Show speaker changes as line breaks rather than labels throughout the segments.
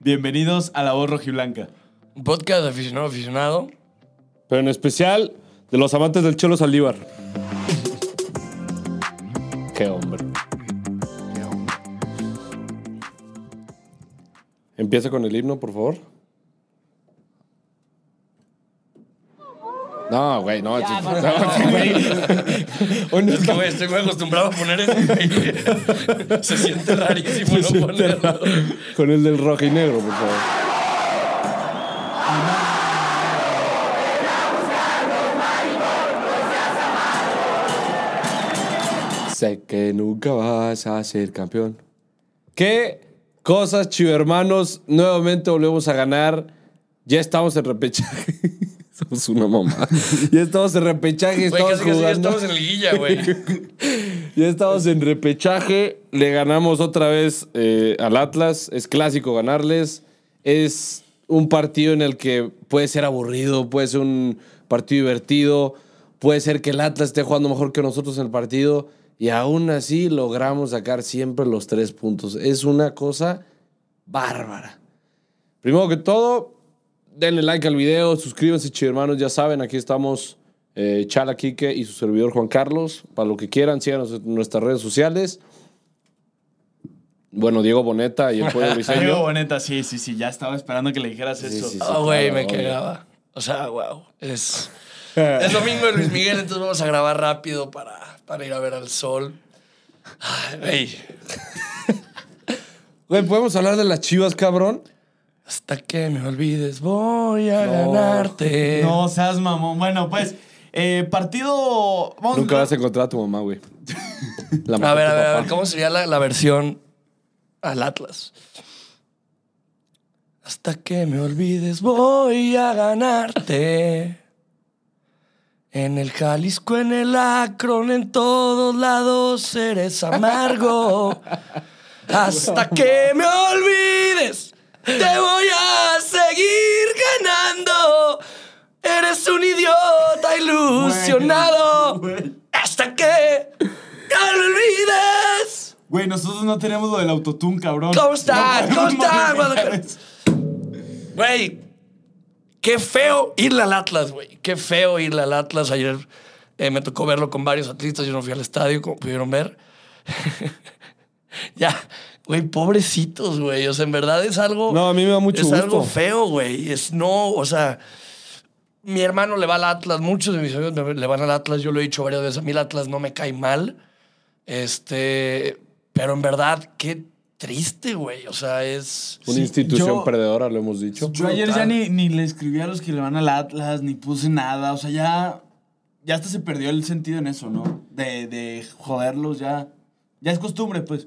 Bienvenidos a La Voz Rojiblanca.
Un podcast de aficionado a aficionado.
Pero en especial de los amantes del Cholo Saldívar. Qué hombre. Empieza con el himno, por favor. No, güey, no. sí, no,
Hoy no es que, güey, estoy muy acostumbrado a poner eso. güey. Se siente rarísimo no ponerlo.
con el del rojo y negro, por favor. Sé que nunca vas a ser campeón. ¿Qué cosas, chivo hermanos? Nuevamente volvemos a ganar. Ya estamos en repechaje. Somos una mamá. Ya estamos en repechaje.
Güey,
Estamos
casi casi ya
jugando.
estamos en el guilla, güey.
Ya estamos en repechaje. Le ganamos otra vez eh, al Atlas. Es clásico ganarles. Es un partido en el que puede ser aburrido, puede ser un partido divertido, puede ser que el Atlas esté jugando mejor que nosotros en el partido. Y aún así logramos sacar siempre los tres puntos. Es una cosa bárbara. Primero que todo, denle like al video, suscríbanse, chivermanos, ya saben, aquí estamos eh, Chala Quique y su servidor Juan Carlos. Para lo que quieran, síganos en nuestras redes sociales. Bueno, Diego Boneta y el Pollo
Diego
Briseño.
Boneta, sí, sí, sí, ya estaba esperando que le dijeras
Sí,
eso.
sí, sí,
Ah, güey,
claro,
me
obvio.
cagaba. O sea, wow. Es, es lo mismo de Luis Miguel, entonces vamos a grabar rápido para, para ir a ver al sol. Ay, güey.
Güey, ¿podemos hablar de las chivas, cabrón?
Hasta que me olvides, voy a
No.
ganarte.
No seas mamón. Bueno, pues, eh, partido. Vamos
Nunca vas a encontrar a tu mamá, güey. La
A
mató
ver,
tu
a ver, a
papá.
ver, ¿cómo sería la, la versión al Atlas? Hasta que me olvides voy a ganarte. En el Jalisco, en el Acron, en todos lados eres amargo. Hasta que me olvides, te voy a seguir ganando. Eres un idiota ilusionado.
Güey.
Hasta que te olvides.
Güey, nosotros no tenemos lo del autotune, cabrón.
¿Cómo estás?
No
¿Cómo
podemos
estás, Guadalajara? Güey, qué feo irle al Atlas, güey. Qué feo irle al Atlas. Ayer eh, me tocó verlo con varios atletas. Yo no fui al estadio, como pudieron ver. ya, güey, pobrecitos, güey. O sea, en verdad es algo.
No, a mí me da mucho
es
gusto.
algo feo, güey. Es no, o sea. Mi hermano le va al Atlas, muchos de mis amigos me- le van al Atlas, yo lo he dicho varias veces, a mí el Atlas no me cae mal, este, pero en verdad, qué triste, güey, o sea, es...
Una
Sí,
institución
yo-
perdedora, lo hemos dicho.
Yo ayer ya ni, ni le escribí a los que le van al Atlas, ni puse nada. O sea, ya. Ya hasta se perdió el sentido en eso, ¿no? De, de joderlos, ya. Ya es costumbre, pues.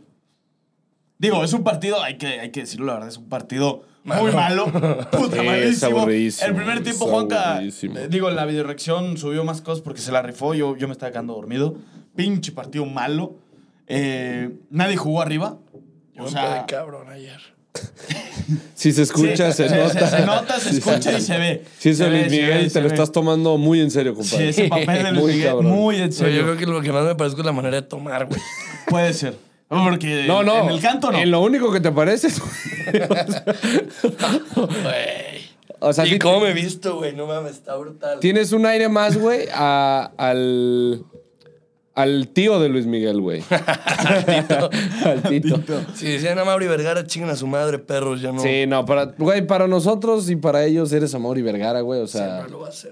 Digo, es un partido, hay que, hay que decirlo la verdad, es un partido muy malo. Puta,
Es
malísimo.
aburridísimo,
El primer tiempo,
es
Juanca.
aburridísimo.
eh, Digo, la videoreacción subió más cosas porque se la rifó. Yo, yo me estaba quedando dormido. Pinche partido malo. Eh, nadie jugó arriba.
Yo
O
me
sea,
pegué cabrón ayer.
Si se escucha,
Sí,
se, nota.
Se, nota, se
Sí, sí,
escucha y
sí.
se ve.
Si es
Se
el
ve,
Luis
se ve,
Miguel, te
se
lo
ve.
estás tomando muy en serio,
Sí,
compadre.
ese papel de Luis
Muy
Miguel,
cabrón.
muy en
Pero yo
serio.
creo que lo que más me parece es la manera de tomar, güey.
Puede ser. Porque
No, no.
en el canto no.
En lo único que te parece.
Güey.
o sea,
¿Y
ti-
cómo me he visto, güey? No mames, está brutal.
tienes un aire más, güey, a- al. Al tío de Luis Miguel, güey. al tito.
Si decían a Mauri Vergara, chingan a su madre, perros, ya no.
Sí, no, para, güey, para nosotros y para ellos eres Amor y Vergara, güey, o sea.
Siempre lo va a hacer.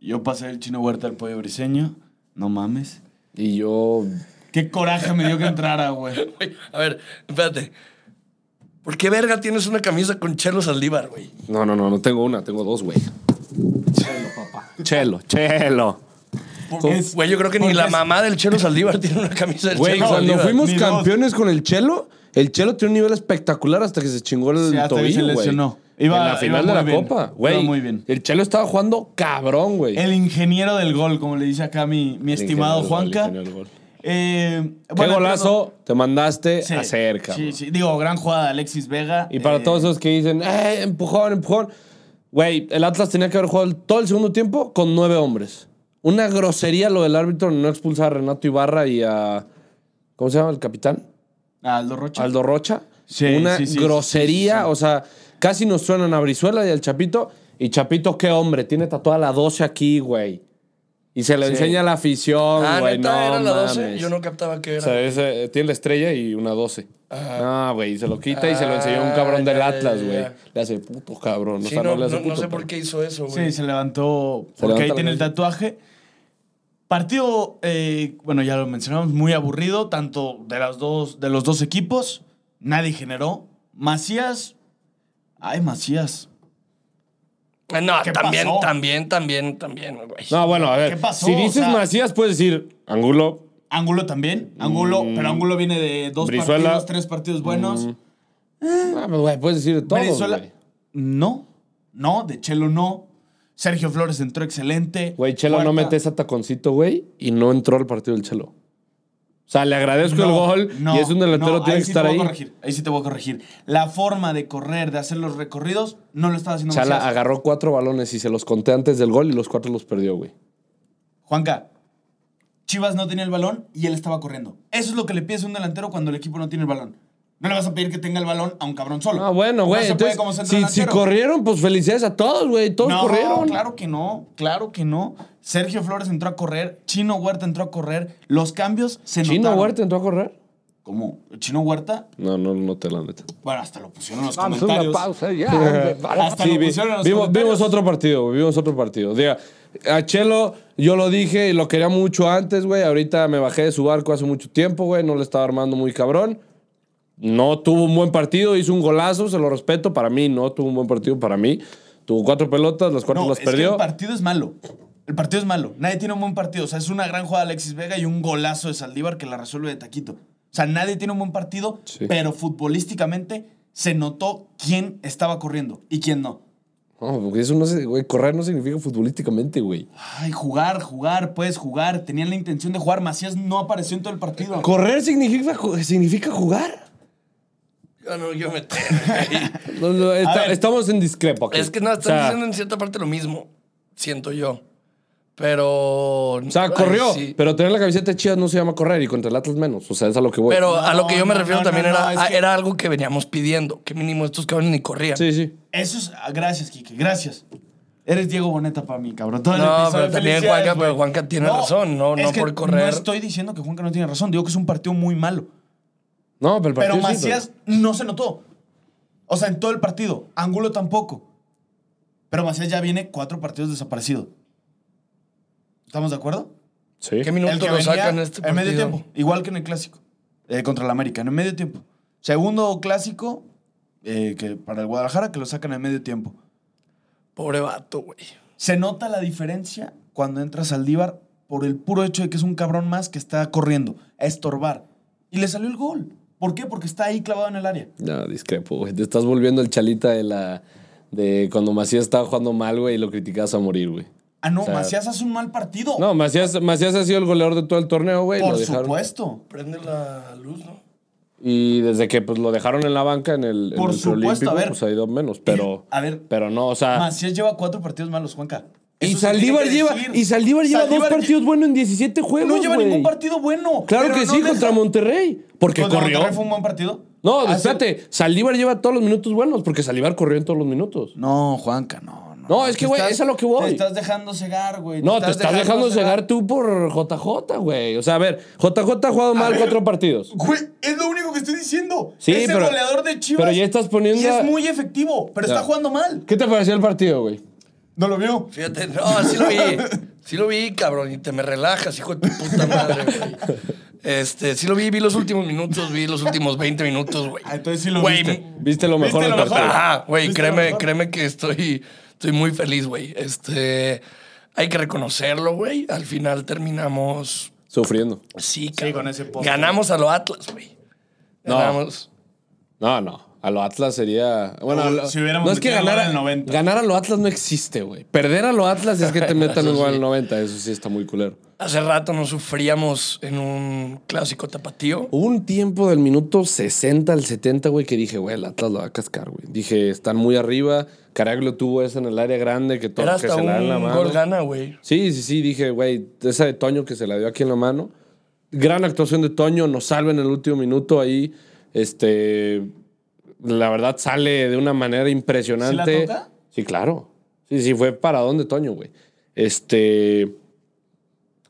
Yo pasé el chino huerta al pollo briseño. No mames.
Y yo.
Qué coraje me dio que entrara, güey.
Güey, a ver, espérate. ¿Por qué verga tienes una camisa con Chelo Saldívar, güey?
No, no, no, no tengo una, tengo dos, güey. Chelo, papá. Chelo, chelo.
Por-
Es-
Güey, yo creo que ni
porque
la
es-
mamá del Chelo Saldívar tiene una camisa del
Güey,
Chelo
cuando
Saldívar.
fuimos
ni dos.
campeones con el Chelo, el Chelo tiene un nivel espectacular hasta que se chingó el
Sí, hasta que se
tobillo, güey.
lesionó. Iba-
en la
iba
final
muy
de la
bien.
Copa,
Iba
güey.
muy bien.
El Chelo estaba jugando cabrón, güey.
El ingeniero del gol, como le dice acá mi, mi
El
estimado
ingeniero del gol,
Juanca.
el ingeniero del gol.
Eh,
Qué
bueno,
golazo te mandaste
Sí,
acerca.
Sí, sí. Digo, gran jugada de Alexis Vega.
Y para
Eh,
todos esos que dicen, eh, empujón, empujón. Güey, el Atlas tenía que haber jugado el- todo el segundo tiempo con nueve hombres. Una grosería lo del árbitro no expulsar a Renato Ibarra y a. ¿Cómo se llama el capitán?
Aldo Rocha.
Aldo Rocha.
Sí,
una
sí, sí,
grosería, o sea, Casi nos suenan a Brizuela y al Chapito. Y Chapito, qué hombre, tiene tatuada la 12 aquí, güey. Y se le enseña a la afición,
Ah,
güey.
neta,
no,
era la 12.
mames.
Yo no captaba que
O
era.
sea, ese, eh, tiene la estrella y una 12. Ah, güey, y se lo quita y se lo enseñó un
Ah,
cabrón del
ya, ya,
Atlas,
ya,
güey.
ya.
Le hace puto cabrón. O
Sí,
sea, no,
no,
le hace
no- no
puto.
sé por qué hizo eso, güey.
Sí, se levantó
Se
porque ahí
levanta
tiene el
la-
tatuaje. Partido, eh, bueno, ya lo mencionamos, muy aburrido, tanto de, las dos, de los dos equipos. Nadie generó. Macías. Ay, Macías.
Ah, No,
¿Qué
también,
pasó?
también, también, también, güey.
No, bueno, a ver.
¿Qué pasó?
Si
O
dices
sea-
Macías, puedes decir Angulo.
Ángulo también. Ángulo, pero Ángulo viene de dos
Mm. Brizuela. Mm.
partidos, tres partidos buenos.
Ah, pero, güey, puedes decir de todo.
Brizuela-
güey.
No. No, de Chelo no. Sergio Flores entró excelente.
Güey, Chelo no
Huerta-
mete ese taconcito, güey, y no entró al partido del Chelo. O sea, le agradezco el
No,
gol
no,
y es un delantero,
no,
tiene que
sí te
estar
voy a
ahí.
corregir, ahí sí te voy a corregir. La forma de correr, de hacer los recorridos, no lo estaba haciendo
Chala
Macías.
agarró cuatro balones y se los conté antes del gol y los cuatro los perdió, güey.
Juanca, Chivas no tenía el balón y él estaba corriendo. Eso es lo que le pides a un delantero cuando el equipo no tiene el balón. No le vas a pedir que tenga el balón a un cabrón solo.
Ah, bueno, güey.
No se puede
entonces,
como centro
si, si
delantero.
corrieron, pues felicidades a todos, güey. Todos
no,
corrieron.
claro que no, claro que no. Sergio Flores entró a correr, Chino Huerta entró a correr. Los cambios se
¿Chino
notaron.
Huerta entró a correr?
¿Cómo? ¿Chino Huerta?
No, no, no te la neta.
Bueno, hasta lo pusieron en los
Vamos a una
comentarios.
pausa ya. hombre, para-
Hasta lo pusieron en los
vimos,
comentarios.
vimos otro partido, güey, vimos otro partido. Diga, a Chelo yo lo dije y lo quería mucho antes, güey. Ahorita me bajé de su barco hace mucho tiempo, güey. No le estaba armando muy cabrón. No tuvo un buen partido, hizo un golazo, se lo respeto. Para mí no tuvo un buen partido, para mí. Tuvo cuatro pelotas, las cuatro
No,
las
es que
perdió.
el partido es malo. El partido es malo. Nadie tiene un buen partido. O sea, es una gran jugada de Alexis Vega y un golazo de Saldívar que la resuelve de taquito. O sea, nadie tiene un buen partido,
Sí.
pero futbolísticamente se notó quién estaba corriendo y quién no.
No, porque eso no se, güey, correr no significa futbolísticamente, güey.
Ay, jugar, jugar, puedes jugar. Tenían la intención de jugar. Macías no apareció en todo el
Eh,
partido.
Correr significa, ju- significa jugar.
Yo no, yo me...
No, no, está-
A ver.
estamos en discrepo aquí.
es que no,
O
están
sea,
diciendo en cierta parte lo mismo, siento yo. Pero...
O sea, corrió,
Ay, sí.
pero tener la camiseta de Chivas no se llama correr y contra el Atlas menos. O sea, es a lo que voy.
Pero a lo que yo me
No,
refiero
no,
también
no,
era,
no, es
a-
que-
era algo que veníamos pidiendo, que mínimo estos cabrones ni corrían.
Sí, sí.
Eso es. ah, Gracias, Kike. Gracias. Eres Diego Boneta para mí, cabrón. Todo el
No,
episodio,
pero también
felicidades,
Juanca,
güey.
pero Juanca tiene razón, no-
es
no
que
por correr.
No estoy diciendo que Juanca no tiene razón. Digo que es un partido muy malo.
No, pero el
Pero
partido sí,
Macías no se notó. O sea, en todo el partido. Angulo tampoco. Pero Macías ya viene cuatro partidos desaparecido. ¿Estamos de acuerdo?
Sí.
¿Qué minuto
El que
lo
venía
sacan este partido?
En medio tiempo. Igual que en el clásico. eh, contra el América, en el medio tiempo. Segundo clásico eh, que para el Guadalajara que lo sacan en medio tiempo.
Pobre vato, güey.
Se nota la diferencia cuando entras al Díbar por el puro hecho de que es un cabrón más que está corriendo a estorbar. Y le salió el gol. ¿Por qué? Porque está ahí clavado en el área.
No, discrepo, güey. Te estás volviendo el chalita de la. de cuando Macías estaba jugando mal, güey, y lo criticabas a morir, güey.
Ah, no,
O sea,
Macías hace un mal partido.
No, Macías, Macías ha sido el goleador de todo el torneo, güey.
Por
lo dejaron.
supuesto.
Prende la luz, ¿no?
Y desde que pues, lo dejaron en la banca en el, en
Por
el
supuesto,
preolímpico,
a ver.
pues ha ido menos. Pero.
a ver.
Pero no, o sea.
Macías lleva cuatro partidos malos, Juanca.
Ah. y
Eso se tiene
Saldívar
que
lleva.
decir.
Y Saldívar lleva dos
Saldívar lle-
partidos buenos en 17 juegos.
No lleva
güey.
ningún partido bueno.
Claro
pero
que
no
sí,
deja-
contra Monterrey. Porque
¿Contra
corrió.
Monterrey fue un buen partido?
No,
Hace-
espérate. Saldívar lleva todos los minutos buenos, porque Saldívar corrió en todos los minutos.
No, Juanca, no. No,
No, es
Te
que, güey,
estás-
es a lo que voy.
Te estás dejando cegar, güey.
No, te estás dejando llegar tú por JJ, güey. O sea, a ver, JJ ha jugado mal cuatro partidos.
Güey, es lo único que estoy diciendo.
Sí,
es
pero-
el goleador de Chivas.
pero ya estás poniendo
Y
a-
es muy efectivo, pero
Ya.
está jugando mal.
¿Qué te pareció el partido, güey?
No lo vio.
Fíjate, no, sí lo vi. Sí lo vi, cabrón, y te me relajas, hijo de tu puta madre, güey. Este, sí lo vi, vi los últimos minutos, vi los últimos 20 minutos, güey.
Ah, entonces sí lo
Güey,
viste.
Viste lo mejor
¿Viste
del
lo mejor?
partido.
Ajá, güey,
¿Viste lo
créeme,
mejor?
créeme que estoy, estoy muy feliz, güey. Este, hay que reconocerlo, güey. Al final terminamos,
Sufriendo.
sí, cabrón.
con ese postre.
Ganamos a los Atlas, güey.
No.
Ganamos.
No, no. A lo Atlas sería. Bueno, a lo-
Si hubiéramos
no es que
metido el
ganar,
gol al 90.
ganar a lo Atlas no existe, güey. Perder a lo Atlas es que te metan un gol al 90. Eso sí está muy culero.
Hace rato nos sufríamos en un clásico tapatío.
Hubo un tiempo del minuto 60 al 70, güey, que dije, güey, el Atlas lo va a cascar, güey. Dije, están muy arriba. Caraglio tuvo esa en el área grande que, to-
Era
que
hasta
se la da en la
un
mano.
gol gana, güey.
Sí, sí, sí, dije, güey, esa de Toño que se la dio aquí en la mano. Gran actuación de Toño, nos salva en el último minuto ahí. Este. la verdad sale de una manera impresionante.
¿Sí la toca?
Sí, claro. Sí, sí, fue para dónde, Toño, güey. Este.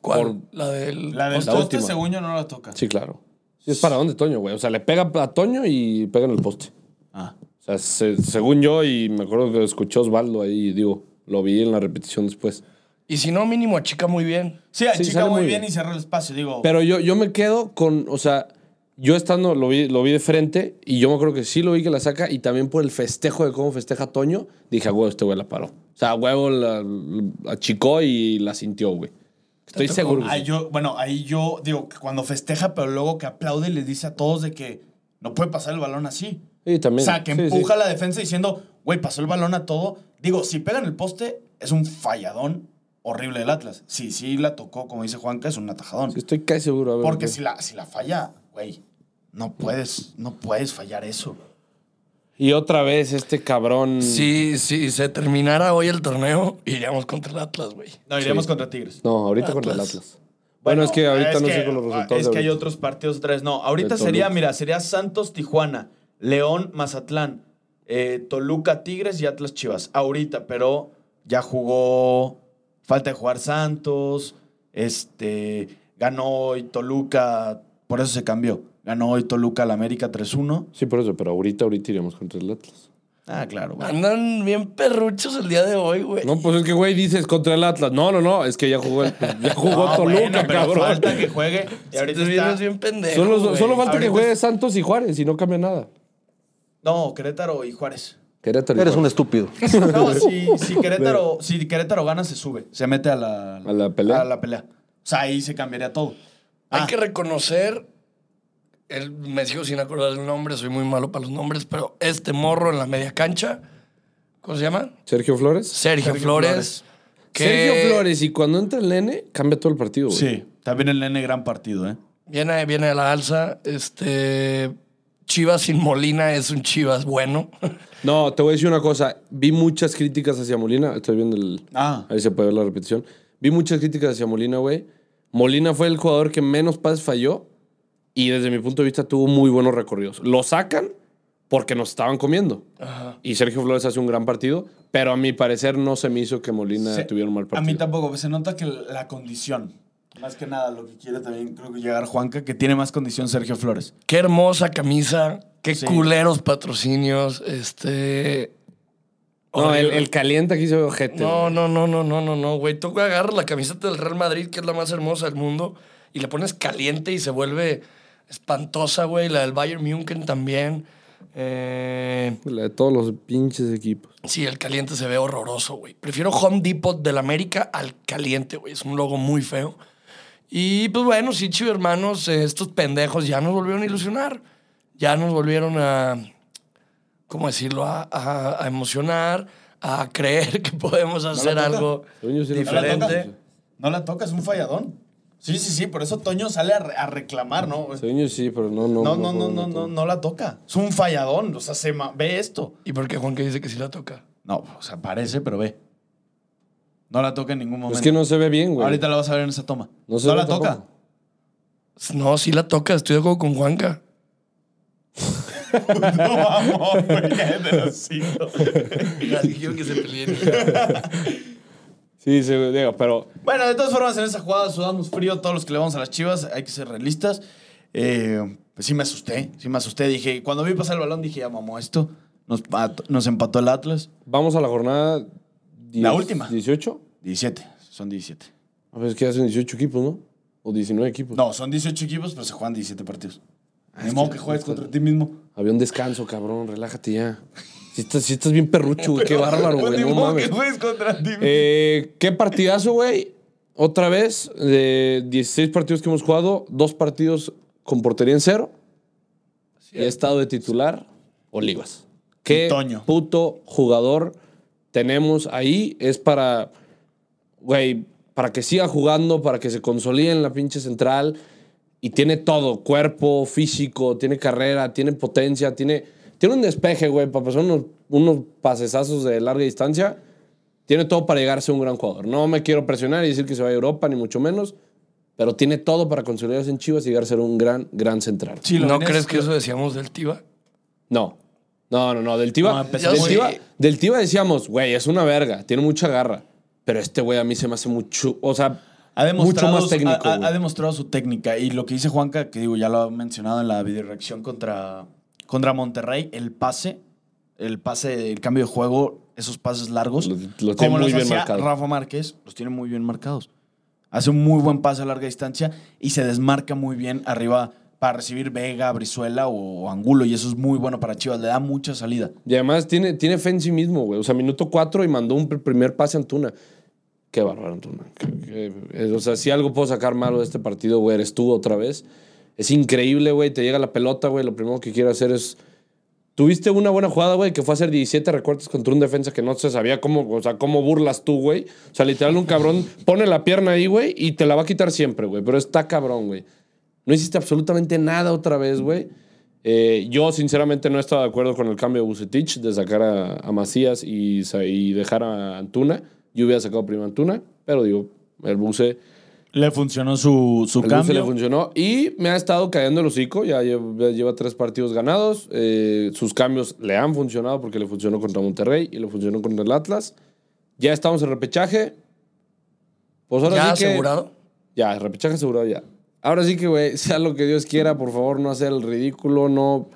¿Cuál? La del.
La del
La
poste,
última.
según yo, no la toca.
Sí, claro. Sí, es para dónde, Toño, güey. O sea, le pega a Toño y pega en el poste.
Ah.
O sea, se- según yo, y me acuerdo que escuché a Osvaldo ahí, y digo, lo vi en la repetición después.
Y si no, mínimo achica muy bien.
Sí, a
Sí,
chica
sale
muy
muy
bien,
bien.
y cierra el espacio. Digo,
Pero yo, yo me quedo con, o sea, yo estando, lo vi, lo vi de frente y yo me acuerdo que sí lo vi que la saca y también por el festejo de cómo festeja Toño, dije, "A huevo, este güey la paró. O sea, a huevo la, la achicó y la sintió, güey. Estoy
tocó.
seguro. que
ahí
pues, sí.
yo, bueno, ahí yo digo que cuando festeja, pero luego que aplaude y les dice a todos de que no puede pasar el balón así.
Sí, también.
O sea, que
Sí, sí.
empuja la defensa diciendo, güey, pasó el balón a todo. Digo, si pega en el poste, es un falladón horrible del Atlas. Sí, sí la tocó, como dice Juanca, es un atajadón.
Sí, estoy casi seguro. A ver,
Porque
güey.
si la, si la falla, güey, no puedes, no puedes fallar eso.
Y otra vez este cabrón.
Si, si se terminara hoy el torneo, iríamos contra el Atlas, güey.
No, iríamos contra Tigres.
No, ahorita con el
Atlas.
Atlas. Bueno, es que ahorita no sé con los resultados.
Es
de
que hay
ahorita.
otros partidos tres. No, ahorita
De
sería,
Toluca.
mira, sería Santos, Tijuana, León, Mazatlán, eh, Toluca, Tigres y Atlas Chivas. Ahorita, pero ya jugó. Falta de jugar Santos. Este. Ganó hoy Toluca. Por eso se cambió. Ganó hoy Toluca al América 3-1.
Sí, por eso, pero ahorita, ahorita iremos contra el Atlas.
Ah, claro, güey.
Andan bien perruchos el día de hoy, güey.
No, pues es que, güey, dices contra el Atlas. No, no, no, es que ya jugó, el- ya jugó
No,
Toluca,
Ah, bueno, pero
cabrón.
falta que juegue. Y ahorita
Te vienes
está-
bien pendejo,
Solo,
güey.
solo falta que
Ahorita
juegue Santos y Juárez y no cambia nada.
No, Querétaro y Juárez.
Querétaro. y
Eres un
Juárez.
estúpido.
No, si, si Querétaro, si Querétaro gana, se sube. Se mete a la,
¿A la pelea?
a la pelea. O sea, ahí se cambiaría todo.
Hay
Ah,
que reconocer. el- me sigo sin acordar el nombre, soy muy malo para los nombres, pero este morro en la media cancha. ¿Cómo se llama?
Sergio Flores.
Sergio,
Sergio
Flores.
Flores.
que
Sergio Flores, y cuando entra el nene, cambia todo el partido, güey.
Sí, también el N gran partido, ¿eh?
Viene, viene a la alza. Este. Chivas sin Molina es un Chivas bueno.
No, te voy a decir una cosa. Vi muchas críticas hacia Molina. Estoy viendo el.
Ah.
Ahí se puede ver la repetición. Vi muchas críticas hacia Molina, güey. Molina fue el jugador que menos pases falló y desde mi punto de vista tuvo muy buenos recorridos. Lo sacan porque nos estaban comiendo. Y Sergio Flores hace un gran partido, pero a mi parecer no se me hizo que Molina
Se-
tuviera un mal
A mí
partido.
tampoco, pues, se nota que la condición. Más que nada, lo que quiere también creo que llegar Juanca, que tiene más condición Sergio Flores.
Qué hermosa camisa. Qué
Sí.
culeros patrocinios. Este.
No, el,
horrible.
el caliente aquí se ve ojete.
No,
güey.
no, no, no, no, no, no, güey. Tú agarras la camiseta del Real Madrid, que es la más hermosa del mundo, y la pones caliente y se vuelve espantosa, güey. La del Bayern München también. Eh,
La de todos los pinches equipos.
sí, el caliente se ve horroroso, güey. Prefiero Home Depot del América al caliente, güey. Es un logo muy feo. Y pues bueno, sí, chivo hermanos, eh, estos pendejos ya nos volvieron a ilusionar. Ya nos volvieron a, ¿cómo decirlo? A, a- a emocionar, a creer que podemos hacer
toca.
algo.
Según yo sí lo-
¿No la
Diferente.
toca? No la toca, es un falladón. Sí, sí, sí, por eso Toño sale a, re- a reclamar, ¿no?
Según yo sí, pero no, no.
No, no, no,
puedo,
no, no,
puedo.
no la toca. Es un falladón, o sea, se ma- ve esto.
¿Y por qué Juan que dice que sí la toca?
No, o sea, parece, pero ve. No la toca en ningún momento.
Es que no se ve bien, güey.
Ahorita la vas a ver en esa toma. No,
No se ve
la toca.
tampoco.
No, sí la toca, estoy de acuerdo con Juanca.
No, vamos, güey, de losito.
Dijeron que se peleen.
Sí, se ve, digo, pero
Bueno, de todas formas, en esa jugada sudamos frío todos los que le vamos a las chivas. Hay que ser realistas. Eh, pues sí me asusté, sí me asusté. Dije, cuando vi pasar el balón, dije, ya mamó esto. Nos, pat- nos empató el Atlas.
vamos a la jornada.
La
10,
última.
18.
17, son 17.
A ver, es que hacen 18 equipos, ¿no? O 19 equipos.
No, son 18 equipos, pero se juegan 17 partidos.
Ah,
Ni modo que juegues contra ti mismo.
Había un descanso, cabrón. Relájate ya. Si estás, si estás bien perrucho, güey. Qué bárbaro, güey.
Ni
No
modo que
mames.
juegues contra ti mismo.
Eh, qué partidazo, güey. Otra vez, de 16 partidos que hemos jugado, dos partidos con portería en cero. Y ha estado de titular Olivas. Qué
Toño.
puto jugador tenemos ahí. Es para, güey, para que siga jugando, para que se consolide en la pinche central. Y tiene todo, cuerpo, físico, tiene carrera, tiene potencia, tiene, tiene un despeje, güey, para pasar unos, unos pasesazos de larga distancia. Tiene todo para llegar a ser un gran jugador. No me quiero presionar y decir que se vaya a Europa, ni mucho menos, pero tiene todo para consolidarse en Chivas y llegar a ser un gran, gran central.
Sí, lo
¿No
venías-
crees que eso decíamos del Tiva?
No, No, no, no. Del Tiva,
No, pues, empezó
del,
muy-
Tiva del Tiva decíamos, güey, es una verga, tiene mucha garra. Pero este güey a mí se me hace mucho, o sea,
Ha
mucho
demostrado,
más
su-
técnico.
ha- ha-
güey.
ha demostrado su técnica. Y lo que dice Juanca, que digo, ya lo ha mencionado en la videoreacción contra, contra Monterrey, el pase, el pase, el cambio de juego, esos pases largos.
Lo- lo tiene
como
muy
los
bien
hacía
marcado.
Rafa Márquez, los tiene muy bien marcados. Hace un muy buen pase a larga distancia y se desmarca muy bien arriba para recibir Vega, Brizuela o Angulo. Y eso es muy bueno para Chivas, le da mucha salida.
Y además tiene, tiene fe en sí mismo, güey. O sea, minuto 4 y mandó un pr- primer pase a Antuna. Qué bárbaro, Antuna. Qué- qué- eh, o sea, si algo puedo sacar malo de este partido, güey, eres tú otra vez. Es increíble, güey. Te llega la pelota, güey. Lo primero que quiero hacer es. Tuviste una buena jugada, güey, que fue hacer 17 recortes contra un defensa que no se sabía cómo, o sea, cómo burlas tú, güey. O sea, literal, un cabrón pone la pierna ahí, güey, y te la va a quitar siempre, güey. Pero está cabrón, güey. No hiciste absolutamente nada otra vez, güey. Eh, yo, sinceramente, no estaba de acuerdo con el cambio de Bucetich de sacar a, a Macías y, sa- y dejar a Antuna. Yo hubiera sacado primero a Antuna, pero digo, el Buce,
Le funcionó su, su
el Buce le funcionó. Y me ha estado cayendo el hocico. Ya lleva, ya lleva tres partidos ganados. Eh, sus cambios le han funcionado porque le funcionó contra Monterrey y le funcionó contra el Atlas. Ya estamos en repechaje. Pues ahora
¿Ya
sí que-
asegurado?
ya, repechaje asegurado ya. Ahora sí que, güey, sea lo que Dios quiera, por favor, no hacer el ridículo, no.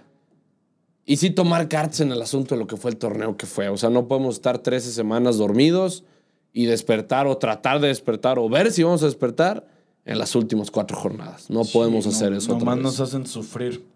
Y sí tomar cartas en el asunto de lo que fue el torneo que fue. O sea, no podemos estar 13 semanas dormidos y despertar o tratar de despertar o ver si vamos a despertar en las últimas cuatro jornadas. No podemos hacer eso. otra
Nomás
vez.
nos hacen sufrir.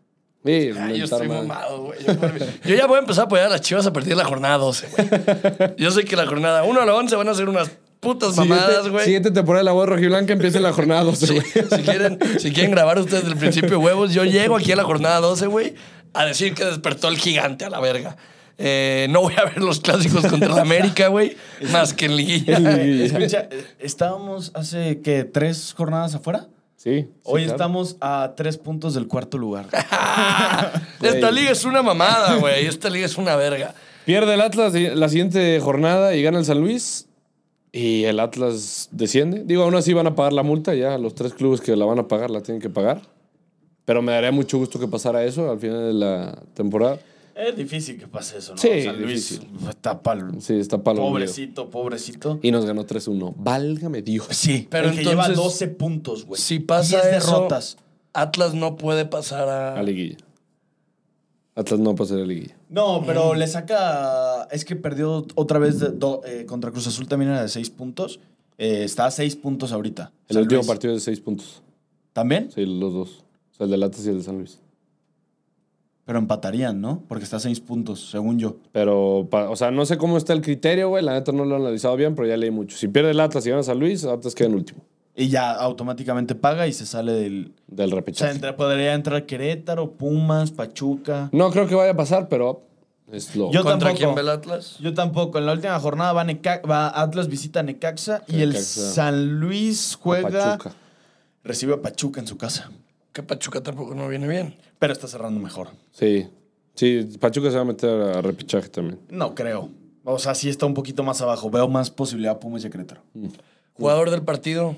Sí,
Ay, Ah, yo
inventar
estoy
más.
mamado, güey. Yo, yo ya voy a empezar a apoyar a las chivas a partir de la jornada 12, güey. Yo sé que la jornada 1 a la 11 van a ser unas putas mamadas,
Siguiente,
güey.
siguiente temporada de la voz rojiblanca empieza en la jornada 12,
Sí,
güey.
si, quieren, si quieren grabar ustedes del principio huevos, yo llego aquí a la jornada 12, güey, a decir que despertó el gigante a la verga. Eh, no voy a ver los clásicos contra la América, güey, más que en liguilla.
Escucha, eh, estábamos hace que tres jornadas afuera.
Sí.
Hoy
sí, claro.
estamos a tres puntos del cuarto lugar.
Esta liga es una mamada, güey. Esta liga es una verga.
Pierde el Atlas y- la siguiente jornada y gana el San Luis. Y el Atlas desciende. Digo, aún así van a pagar la multa. Ya los tres clubes que la van a pagar la tienen que pagar. Pero me daría mucho gusto que pasara eso al final de la temporada.
Es difícil que pase eso, ¿no?
Sí,
O sea, Luis
difícil.
está pal.
Sí, está palo.
pobrecito, pobrecito.
Y nos ganó 3-1. Válgame Dios.
Sí,
Pero
pero el que lleva
entonces,
12 puntos, güey.
Si pasa
10
eso,
derrotas.
Atlas no puede pasar a...
A liguilla. Atlas no pasará a liguilla.
No,
eh.
pero le saca. Es que perdió otra vez de do- eh, contra Cruz Azul también era de 6 puntos. Eh, está a 6 puntos ahorita.
El
San
último
Luis.
partido es de 6 puntos.
¿También?
Sí, los dos. O sea, el del Atlas y el de San Luis.
Pero empatarían, ¿no? Porque está a 6 puntos, según yo.
Pero, pa- o sea, no sé cómo está el criterio, güey. La neta no lo he analizado bien, pero ya leí mucho. Si pierde el Atlas y gana San Luis, Atlas queda en último.
Y ya automáticamente paga y se sale del.
Del
O sea,
repechaje.
entra- podría entrar Querétaro, Pumas, Pachuca.
No creo que vaya a pasar, pero es lo.
Yo
¿Contra
tampoco.
quién ve el Atlas?
Yo tampoco. En la última jornada va, Neca- va Atlas visita a Necaxa y el
Necaxa.
San Luis juega.
Pachuca.
Recibe a Pachuca en su casa.
Que Pachuca tampoco no viene bien.
Pero está cerrando mejor.
Sí. Sí, Pachuca se va a meter a repechaje también.
No creo. O sea, sí está un poquito más abajo. Veo más posibilidad Pumas y a Querétaro.
Jugador del partido.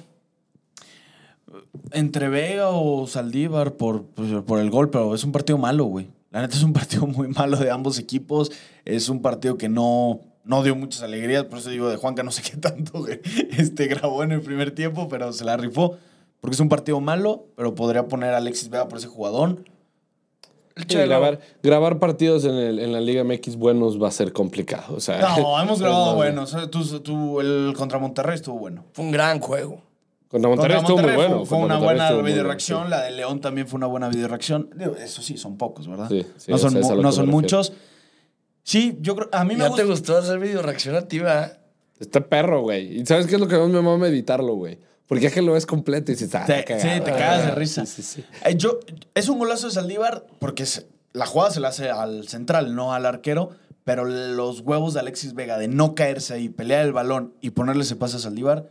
Entre Vega o Saldívar por, pues, por el gol, pero es un partido malo, güey. La neta es un partido muy malo de ambos equipos. Es un partido que no, no dio muchas alegrías. Por eso digo de Juanca, no sé qué tanto güey, este, grabó en el primer tiempo, pero se la rifó. Porque es un partido malo, pero podría poner a Alexis Vega por ese jugadón.
El
Sí,
Chelo.
grabar, grabar partidos en, el- en la Liga MX buenos va a ser complicado. O sea,
No, hemos
es
grabado
más,
bueno. O sea, tú- tú- el contra Monterrey estuvo bueno.
Fue un gran juego.
Contra Monterrey estuvo muy
Monterrey
bueno.
Fue, fue
Contra
una
Monterrey
buena
estuvo muy
videoreacción.
bueno,
La de León también fue una buena videoreacción. Digo, Eso sí, son pocos, ¿verdad?
Sí, sí,
no
o
son,
sea, es a
mu-
lo
no
que
son
me refiero.
muchos. Sí, yo creo. A mí me
Ya
gusta.
te gustó hacer video reaccionativa. ¿eh?
sí. Está perro, güey. ¿Y sabes qué es lo que más me mama editarlo, güey? Porque es que lo ves completo y dices, ah,
Te-
está cagado.
sí, te cagas de
Ah,
risa.
sí, sí, sí.
Eh, yo, es un golazo de Saldívar porque se- la jugada se la hace al central, no al arquero. Pero los huevos de Alexis Vega de no caerse y pelear el balón y ponerle ese pase a Saldívar,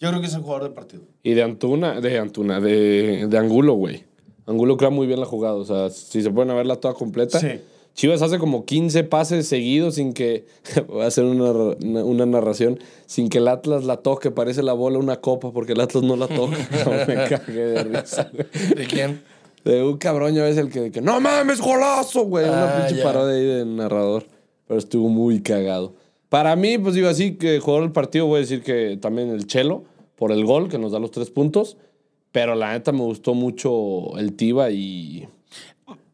yo creo que es el jugador del partido.
Y de Antuna, de Antuna, de, de Angulo, güey. Angulo crea muy bien la jugada. O sea, si se pueden verla toda completa.
Sí.
Chivas hace como 15 pases seguidos sin que. Voy a hacer una, una- una narración. Sin que el Atlas la toque. Parece la bola una copa porque el Atlas no la toca. No, me cagué de risa. güey.
¿De quién?
De un cabrón ya ves el que, que, no mames, golazo, güey.
Ah,
Una pinche
ya.
parodia ahí de narrador. Pero estuvo muy cagado. Para mí, pues digo así, que jugador del partido, voy a decir que también el Chelo, por el gol que nos da los tres puntos. Pero la neta me gustó mucho el Tiba y,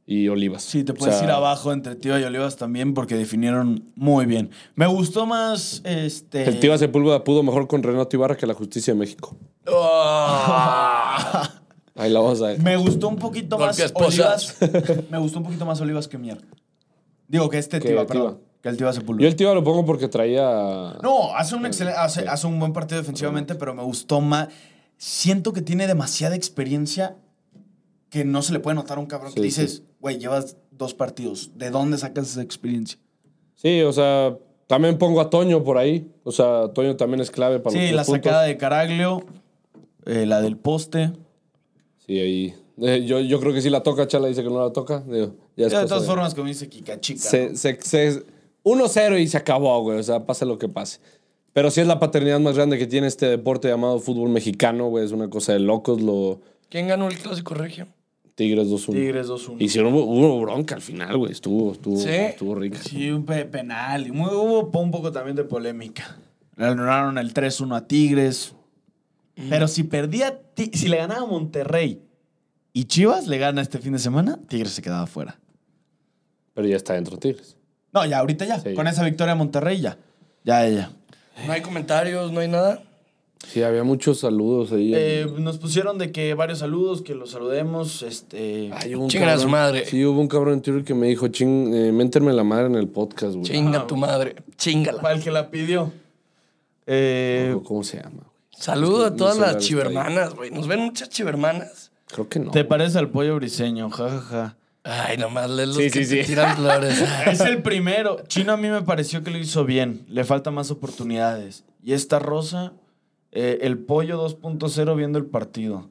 y Olivas.
Sí, te
O
puedes
sea,
ir abajo entre Tío y Olivas también porque definieron muy bien. Me gustó más este.
El Tiba Sepúlveda pudo mejor con Renato Ibarra que la Justicia de México.
Ah.
Ahí la vamos a ver.
Me gustó un poquito más
Golpes
Olivas. me gustó un poquito más Olivas que Mier. Digo que este
Que
Tiva,
Tiva.
perdón. Que el Tiva Sepúlveda.
Yo el Tiba lo pongo porque traía...
No, hace un excelente, hace, hace un buen partido defensivamente, pero me gustó más. Siento que tiene demasiada experiencia que no se le puede notar a un cabrón que
Sí,
dices, güey, llevas dos partidos. ¿De dónde sacas esa experiencia?
Sí, o sea, también pongo a Toño por ahí. O sea, Toño también es clave para los
Sí,
tres
la
puntos.
sacada de Caraglio, eh, la del poste.
Sí, ahí. Eh, yo, yo creo que sí la toca, Chala dice que no la toca. Digo, ya es
Yo, de
cosa
todas
de-
formas, como dice Kika, chica.
Se,
¿no?
se, se- 1-0 y se acabó, güey. O sea, pase lo que pase. Pero sí es la paternidad más grande que tiene este deporte llamado fútbol mexicano, güey. Es una cosa de locos. Lo
¿Quién ganó el clásico regio?
Tigres 2-1.
Tigres 2-1.
Hicieron hubo, hubo bronca al final, güey. Estuvo, estuvo,
Sí.
estuvo rica.
Sí, un pe- penal. Y muy- hubo po- un poco también de polémica. Le anularon el 3-1 a Tigres.
Mm.
Pero si perdía, Ti- si le ganaba Monterrey y Chivas le gana este fin de semana, Tigres se quedaba fuera.
Pero ya está dentro Tigres.
No, ya, ahorita ya.
Sí.
Con esa victoria de Monterrey ya. Ya, ya, ya.
No hay comentarios, no hay nada.
Sí, había muchos saludos ahí.
Eh, nos pusieron de que varios saludos, que los saludemos. Este.
Ay, hubo un
Chingan a su
cabrón-
madre.
Sí, hubo un cabrón en Twitter que me dijo, ching, eh, méntenme la madre en el podcast, güey.
Chinga tu madre. Chingala.
Para el que la pidió. Eh,
¿Cómo se llama? güey?
Saludo a todas
No sé,
las
está ahí.
chivermanas, güey. Nos ven muchas chivermanas.
Creo que no.
te
güey.
parece al pollo briseño, jajaja. Ja, ja.
Ay, nomás lees los
Sí,
que
sí,
te
sí.
tiran flores.
Es el primero. Chino a mí me pareció que lo hizo bien. Le falta más oportunidades. Y esta rosa, eh, el pollo 2.0 viendo el partido.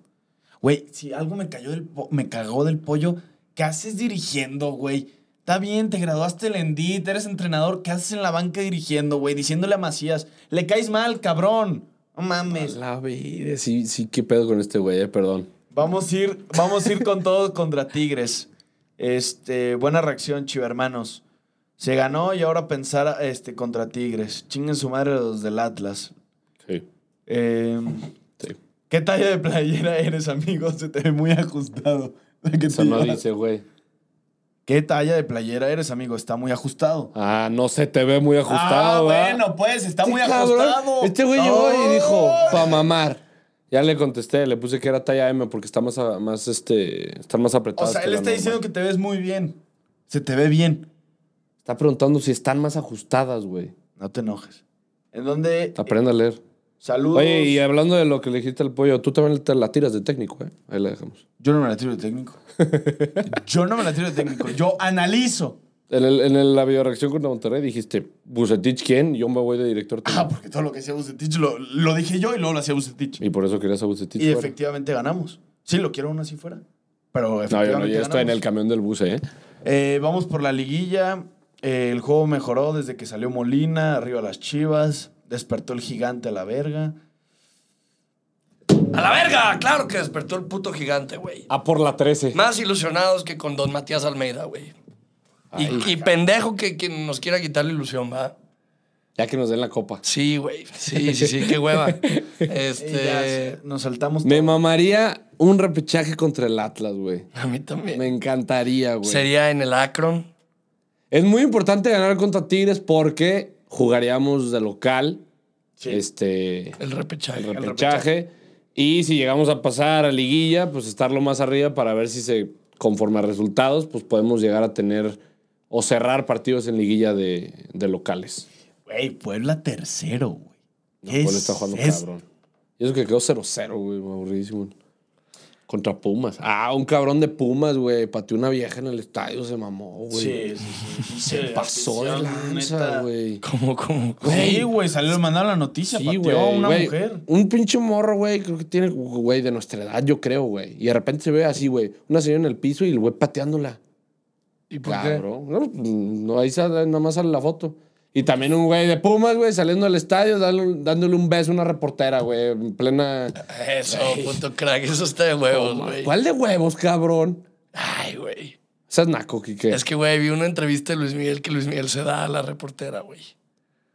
Güey, si algo me cayó del po- me cagó del pollo, ¿qué haces dirigiendo, güey? Está bien, te graduaste del Endit, eres entrenador, ¿qué haces en la banca dirigiendo, güey? Diciéndole a Macías, le caes mal, cabrón. No mames.
La vida. Sí, sí, qué pedo con este güey, eh, perdón.
Vamos a ir, vamos a ir con todo contra Tigres. Este, buena reacción, chivermanos. Se ganó y ahora pensar este, contra Tigres. Chinguen su madre los del Atlas.
Sí,
Eh,
sí.
¿Qué talla de playera eres, amigo? Se te ve muy ajustado. La que
Eso
te
no
llevas.
dice, güey.
¿Qué talla de playera eres, amigo? Está muy ajustado.
Ah, no se te ve muy ajustado,
ah,
¿verdad?
bueno, pues, está
Sí,
muy
cabrón.
ajustado.
Este güey
No.
llegó y dijo, pa' mamar. Ya le contesté, le puse que era talla M porque está más, a- más este, están más
O
apretadas.
sea,
que
él
la
está
normal.
diciendo que te ves muy bien. Se te ve bien.
Está preguntando si están más ajustadas, güey.
No te enojes. ¿En dónde?
Aprenda a leer.
Saludos.
Oye, y eh, hablando de lo que le dijiste al pollo, tú también te la tiras de técnico, ¿eh? Ahí la dejamos.
Yo no me la tiro de técnico. Yo no me la tiro de técnico. Yo analizo.
En, el- en el- la videoreacción contra Monterrey dijiste, Bucetich, ¿quién? Yo me voy de director
Ah,
técnico.
porque todo lo que hacía Bucetich lo, lo dije yo y luego lo hacía Bucetich.
Y por eso querías a Bucetich.
Y
fuera.
efectivamente ganamos. Sí, lo quiero aún así fuera. Pero
No,
efectivamente
yo no, yo estoy en el
ganamos.
camión del bus, ¿eh?
Eh, vamos por la liguilla. Eh, el juego mejoró desde que salió Molina, arriba las chivas. Despertó el gigante a la verga.
¡A la verga! Claro que despertó el puto gigante, güey.
A por la 13.
Más ilusionados que con don Matías Almeida, güey. Y, y pendejo que quien nos quiera quitar la ilusión, ¿va?
Ya que nos den la copa.
Sí, güey. Sí, sí, sí, qué hueva.
Y Eh, ya se-
Este.
nos saltamos.
Me
todo.
mamaría un repechaje contra el Atlas, güey.
A mí también.
Me encantaría, güey.
Sería en el Akron.
Es muy importante ganar contra Tigres porque jugaríamos de local.
Sí.
Este.
El repechaje.
el repechaje. Y si llegamos a pasar a liguilla, pues estarlo más arriba para ver si se conforme a resultados, pues podemos llegar a tener o cerrar partidos en liguilla de, de locales.
Güey, Puebla tercero, güey.
No,
¿Qué
Puebla está jugando
es
cabrón. Y eso que quedó 0-0, güey, aburridísimo. Contra Pumas. Ah, un cabrón de Pumas, güey. Pateó una vieja en el estadio, se mamó,
Sí,
güey.
sí, sí.
Se pasó de lanza,
neta.
güey.
¿Cómo, cómo?
Sí, güey, salió mandar la noticia,
Sí,
pateó
güey.
a una
güey.
mujer.
Un pinche morro, güey, creo que tiene, güey, de nuestra edad, yo creo, güey. Y de repente se ve así, güey, una señora en el piso y el güey pateándola.
¿Y por qué?
Cabrón. No, no, ahí sale- nada más sale la foto. Y también un güey de Pumas, güey, saliendo del estadio, dándole, dándole un beso a una reportera, güey, en plena...
Eso, puto crack. Eso está de huevos, güey.
¿Cuál de huevos, cabrón?
Ay, güey.
Seas naco, Quique.
Es que, güey, vi una entrevista de Luis Miguel que Luis Miguel se da a la reportera, güey.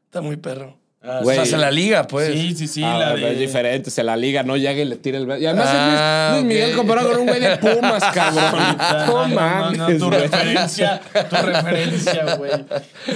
Está muy perro.
Ah,
Güey.
O sea, se la liga, pues.
Sí, sí, sí.
Ah,
la
pero es
de...
diferente, se la liga, no llega y le tira el... brazo. Y además
Ah,
es Luis, Luis
ok.
Miguel comparado con un güey de Pumas,
Ah,
cabrón. No mames,
tu
güey.
referencia, tu referencia, güey.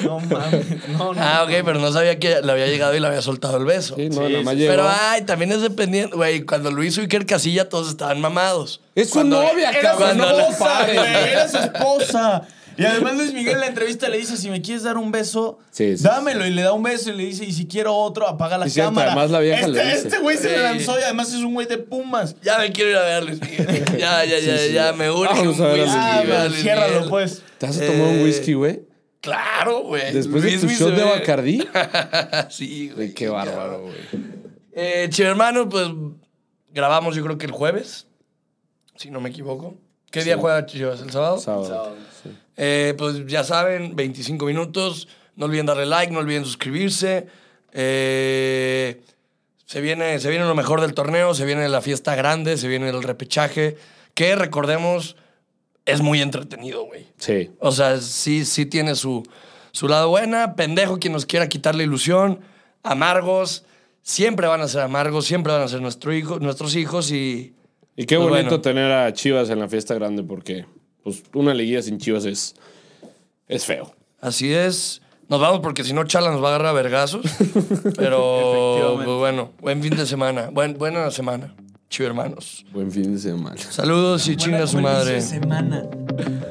No mames. No, no.
Ah, ok, pero no sabía que le había llegado y le había soltado el beso.
Sí, no,
Sí,
nada más
sí,
llegó. ah,
Pero, ay, también es dependiente. Güey, cuando Luis hizo Iker Casilla, todos estaban mamados.
Es su
Cuando-
novia,
era
cabrón,
cuando-
no
la-
esposa,
compadre.
güey, Era su esposa. Y además Luis Miguel en la entrevista le dice, si me quieres dar un beso,
Sí, sí,
dámelo. Y le da un beso y le dice, y si quiero otro, apaga la
Es cierto,
cámara.
además la vieja
este,
le dice.
Este güey se le
Sí.
lanzó y además es un güey de Pumas.
Ya me quiero ir a ver a Luis Miguel. Ya, ya, ya,
sí.
ya, me urge
Vamos
un
a ver a Luis
whisky,
Ah,
Miguel.
ve a
güey,
Luis
ciérralo,
Miguel.
pues.
ah, ¿Te vas a tomar un
Eh,
whisky, güey?
Claro, güey.
Después de
Luis
tu
Luis
shot
se
de
ve-
Bacardí.
sí, güey.
Güey, qué bárbaro, güey.
Eh, che, hermano, pues grabamos yo creo que el jueves, si no me equivoco. ¿Qué día juega Chivas? ¿El sábado?
Sábado.
Eh, pues ya saben, 25 minutos. No olviden darle like, no olviden suscribirse. Eh, se, viene, se viene lo mejor del torneo, se viene la fiesta grande, se viene el repechaje, que recordemos, es muy entretenido, güey.
Sí.
O sea, sí, sí tiene su, su lado buena. Pendejo quien nos quiera quitar la ilusión. Amargos. Siempre van a ser amargos, siempre van a ser nuestro hijo, nuestros hijos y...
Y qué
Pues
bonito
bueno.
tener a Chivas en la fiesta grande porque pues, una liguilla sin Chivas es, es feo.
Así es. Nos vamos porque si no, Chala nos va a agarrar a vergazos. Pero
Efectivamente.
pues bueno, buen fin de semana. Buen, buena semana. Chivo hermanos.
Buen fin de semana.
Saludos y chinga su
Buena-
madre.
buena semana.